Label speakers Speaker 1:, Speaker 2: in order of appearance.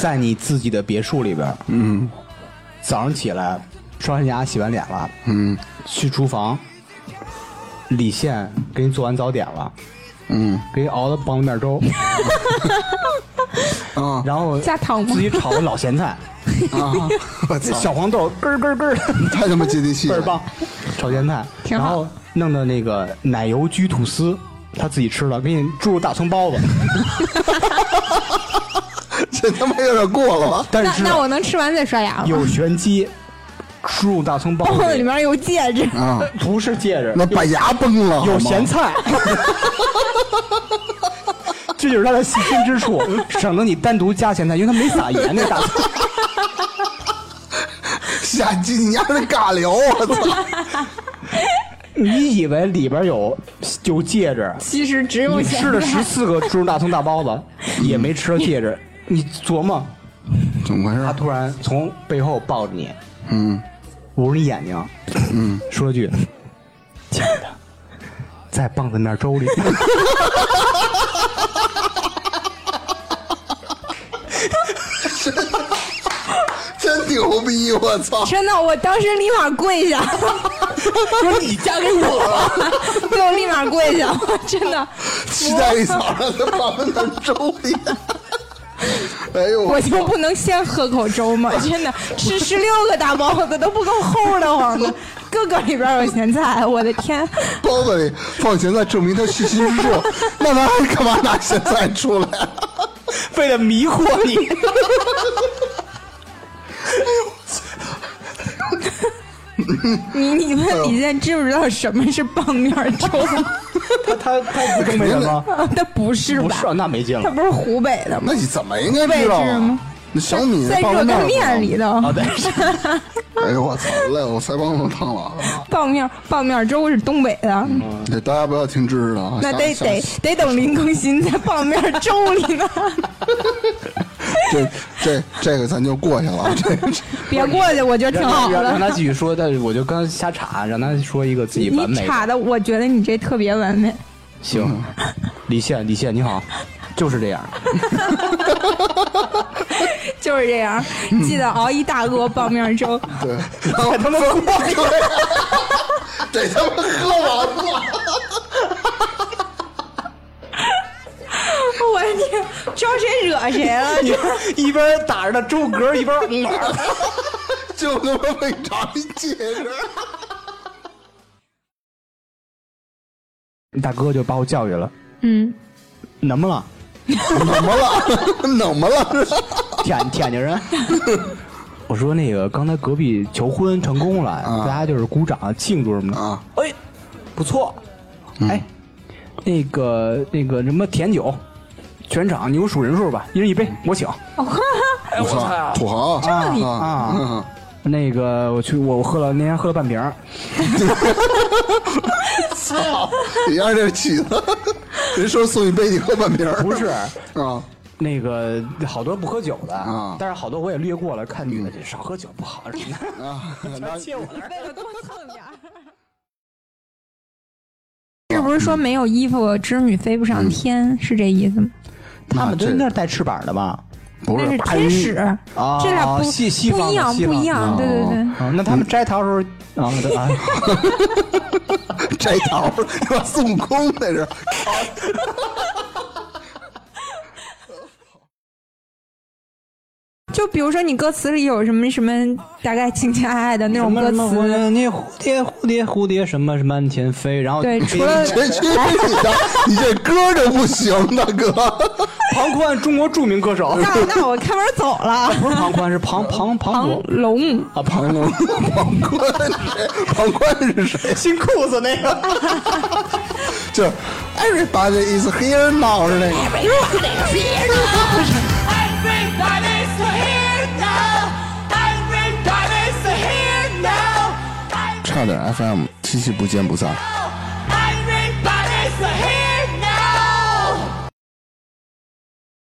Speaker 1: 在你自己的别墅里边，嗯，早上起来刷完牙、洗完脸了，嗯，去厨房，李现给你做完早点了，嗯，给你熬了棒子面粥，
Speaker 2: 啊
Speaker 1: 然后
Speaker 3: 加糖吗
Speaker 1: 自己炒的老咸菜，
Speaker 2: 啊！我操，
Speaker 1: 小黄豆咯咯咯 的。
Speaker 2: 太他妈接地气
Speaker 1: 倍儿
Speaker 2: 了，
Speaker 1: 棒，炒咸菜，
Speaker 3: 挺
Speaker 1: 然
Speaker 3: 好
Speaker 1: 后弄的那个奶油焗吐司，他自己吃了，给你注入大葱包子，
Speaker 2: 这他妈有点过了吧？
Speaker 1: 但
Speaker 3: 那
Speaker 1: 是
Speaker 3: 那我能吃完再刷牙吗？
Speaker 1: 有玄机，注入大葱包
Speaker 3: 包子哦里
Speaker 1: 子
Speaker 3: 面有戒指，
Speaker 2: 啊，
Speaker 1: 不是戒指，
Speaker 2: 那把牙崩了，
Speaker 1: 有
Speaker 2: 好吗
Speaker 1: 咸 菜。这就是它的细心之处，省得你单独加咸菜，因为它没撒盐那大葱。
Speaker 2: 下鸡你丫的尬聊，我 操！
Speaker 1: 你以为里边有有戒指，
Speaker 3: 其实只有
Speaker 1: 你
Speaker 3: 咸
Speaker 1: 吃了
Speaker 3: 菜
Speaker 1: 十四个猪肉大葱大包子，也没吃到戒指，你琢磨
Speaker 2: 怎么回
Speaker 1: 他
Speaker 2: 事？
Speaker 1: 突然从背后抱着你，
Speaker 2: 嗯，
Speaker 1: 捂着你眼睛，嗯，说了句：“亲爱的，在棒子面粥里。
Speaker 2: 真牛逼，我操！
Speaker 3: 真的，我当时立马跪下，
Speaker 1: 说你嫁给我了，
Speaker 3: 对我立马跪下， 我真的，
Speaker 2: 期待一早上在旁边 那粥里。哎呦，
Speaker 3: 我就不能先喝口粥吗？真的，吃十六个大包子都不够齁的慌的，个个里边有咸菜，我的天！
Speaker 2: 包子里放咸菜，证明他细心之 处。那他还干嘛拿咸菜出来？
Speaker 1: 为了迷惑你。
Speaker 3: 你你
Speaker 1: 哎
Speaker 3: 问李健知不知道什么是棒面粥？
Speaker 1: 他他他东北人 吗？
Speaker 3: 他不是
Speaker 1: 不
Speaker 3: 吧
Speaker 1: 是？啊，那没劲
Speaker 3: 他
Speaker 1: 了。
Speaker 3: 不是湖北的吗？
Speaker 2: 那你怎么应该知道
Speaker 3: 位置
Speaker 2: 啊
Speaker 3: 吗？
Speaker 2: 那小米
Speaker 3: 在
Speaker 2: 棒
Speaker 3: 热
Speaker 2: 子
Speaker 3: 干面
Speaker 2: 面
Speaker 3: 里头，
Speaker 1: 哦，对，
Speaker 2: 不哎呦我操！累，我腮帮子烫了。啊
Speaker 3: 棒面棒面粥是东北的，
Speaker 2: 对，大家不要听知识了啊！
Speaker 3: 那
Speaker 2: 下
Speaker 3: 得
Speaker 2: 下
Speaker 3: 得得等林更新在棒面粥里呢，
Speaker 2: 这这这个咱就过去了 啊。这
Speaker 3: 别过去，我觉 得挺好
Speaker 1: 让让
Speaker 3: 的。
Speaker 1: 他继续说，但是我就刚瞎插，让他说一个自己完
Speaker 3: 你
Speaker 1: 美的。
Speaker 3: 插的，我觉得你这特别完美。
Speaker 1: 行，李现，李现你好，就是这样。
Speaker 3: 就是这样，记得熬一大锅棒面粥。
Speaker 2: 对，然后他妈过 去 得他妈喝完了。
Speaker 3: 我天，招谁惹谁了？
Speaker 1: 一边打着那周嗝，一边
Speaker 2: 就他妈没找你解 释。
Speaker 1: 大哥就把我教育了，
Speaker 3: 嗯，
Speaker 1: 能不能
Speaker 2: 怎么了？ 怎么了？
Speaker 1: 舔舔着 人？我说那个刚才隔壁求婚成功了，大家就是鼓掌庆祝什么的。
Speaker 2: 啊，
Speaker 1: 哎，不错，哎，那个那个什么甜酒，全场你给我数人数吧，一人一杯，我请。
Speaker 2: 土豪，土豪
Speaker 3: 你
Speaker 2: 啊！
Speaker 1: 啊，
Speaker 2: 嗯
Speaker 1: 那个我去，我我喝了那天喝了半瓶儿，
Speaker 2: 操，你丫嗯这起子，人说送一杯，你喝半瓶儿
Speaker 1: 不是。
Speaker 2: 啊？
Speaker 1: 那个好多不喝酒的，
Speaker 2: 啊
Speaker 1: 但是好多我也略过了。看女的这少喝酒不好，什么的切我那儿
Speaker 3: 为了多蹭点儿。是不是说没有衣服织女飞不上天？是这意思吗？
Speaker 1: 他们
Speaker 2: 这
Speaker 1: 真的是带翅膀的吧？
Speaker 2: 不
Speaker 3: 那
Speaker 2: 是
Speaker 3: 是天使，
Speaker 1: 啊
Speaker 3: 这俩不
Speaker 1: 西西方的
Speaker 3: 不一样，
Speaker 1: 西方
Speaker 3: 不一样。对对对，
Speaker 1: 啊，那他们摘桃的时候啊对啊，
Speaker 2: 摘桃儿，他妈孙悟空那是。
Speaker 3: 就比如说你歌词里有什么什么大概情情爱爱的那
Speaker 1: 那
Speaker 3: 种歌词，
Speaker 1: 你蝴蝶蝴蝶蝴蝶什么什么满天飞，然后
Speaker 3: 对，除了
Speaker 2: 这去你的！你这歌就不行，大哥。
Speaker 1: 庞宽，中国著名歌手，
Speaker 3: 那那我开门走了。
Speaker 1: 不是庞宽，是庞庞庞
Speaker 3: 庞
Speaker 1: 博
Speaker 3: 龙，
Speaker 1: 啊，庞
Speaker 2: 庞庞宽是谁？庞宽是谁？
Speaker 1: 新裤子那个，
Speaker 2: 就是 Everybody is here now 是那个。
Speaker 4: Everybody's here now. Everybody's here now.
Speaker 2: 差点 FM，七七不见不散。
Speaker 4: Now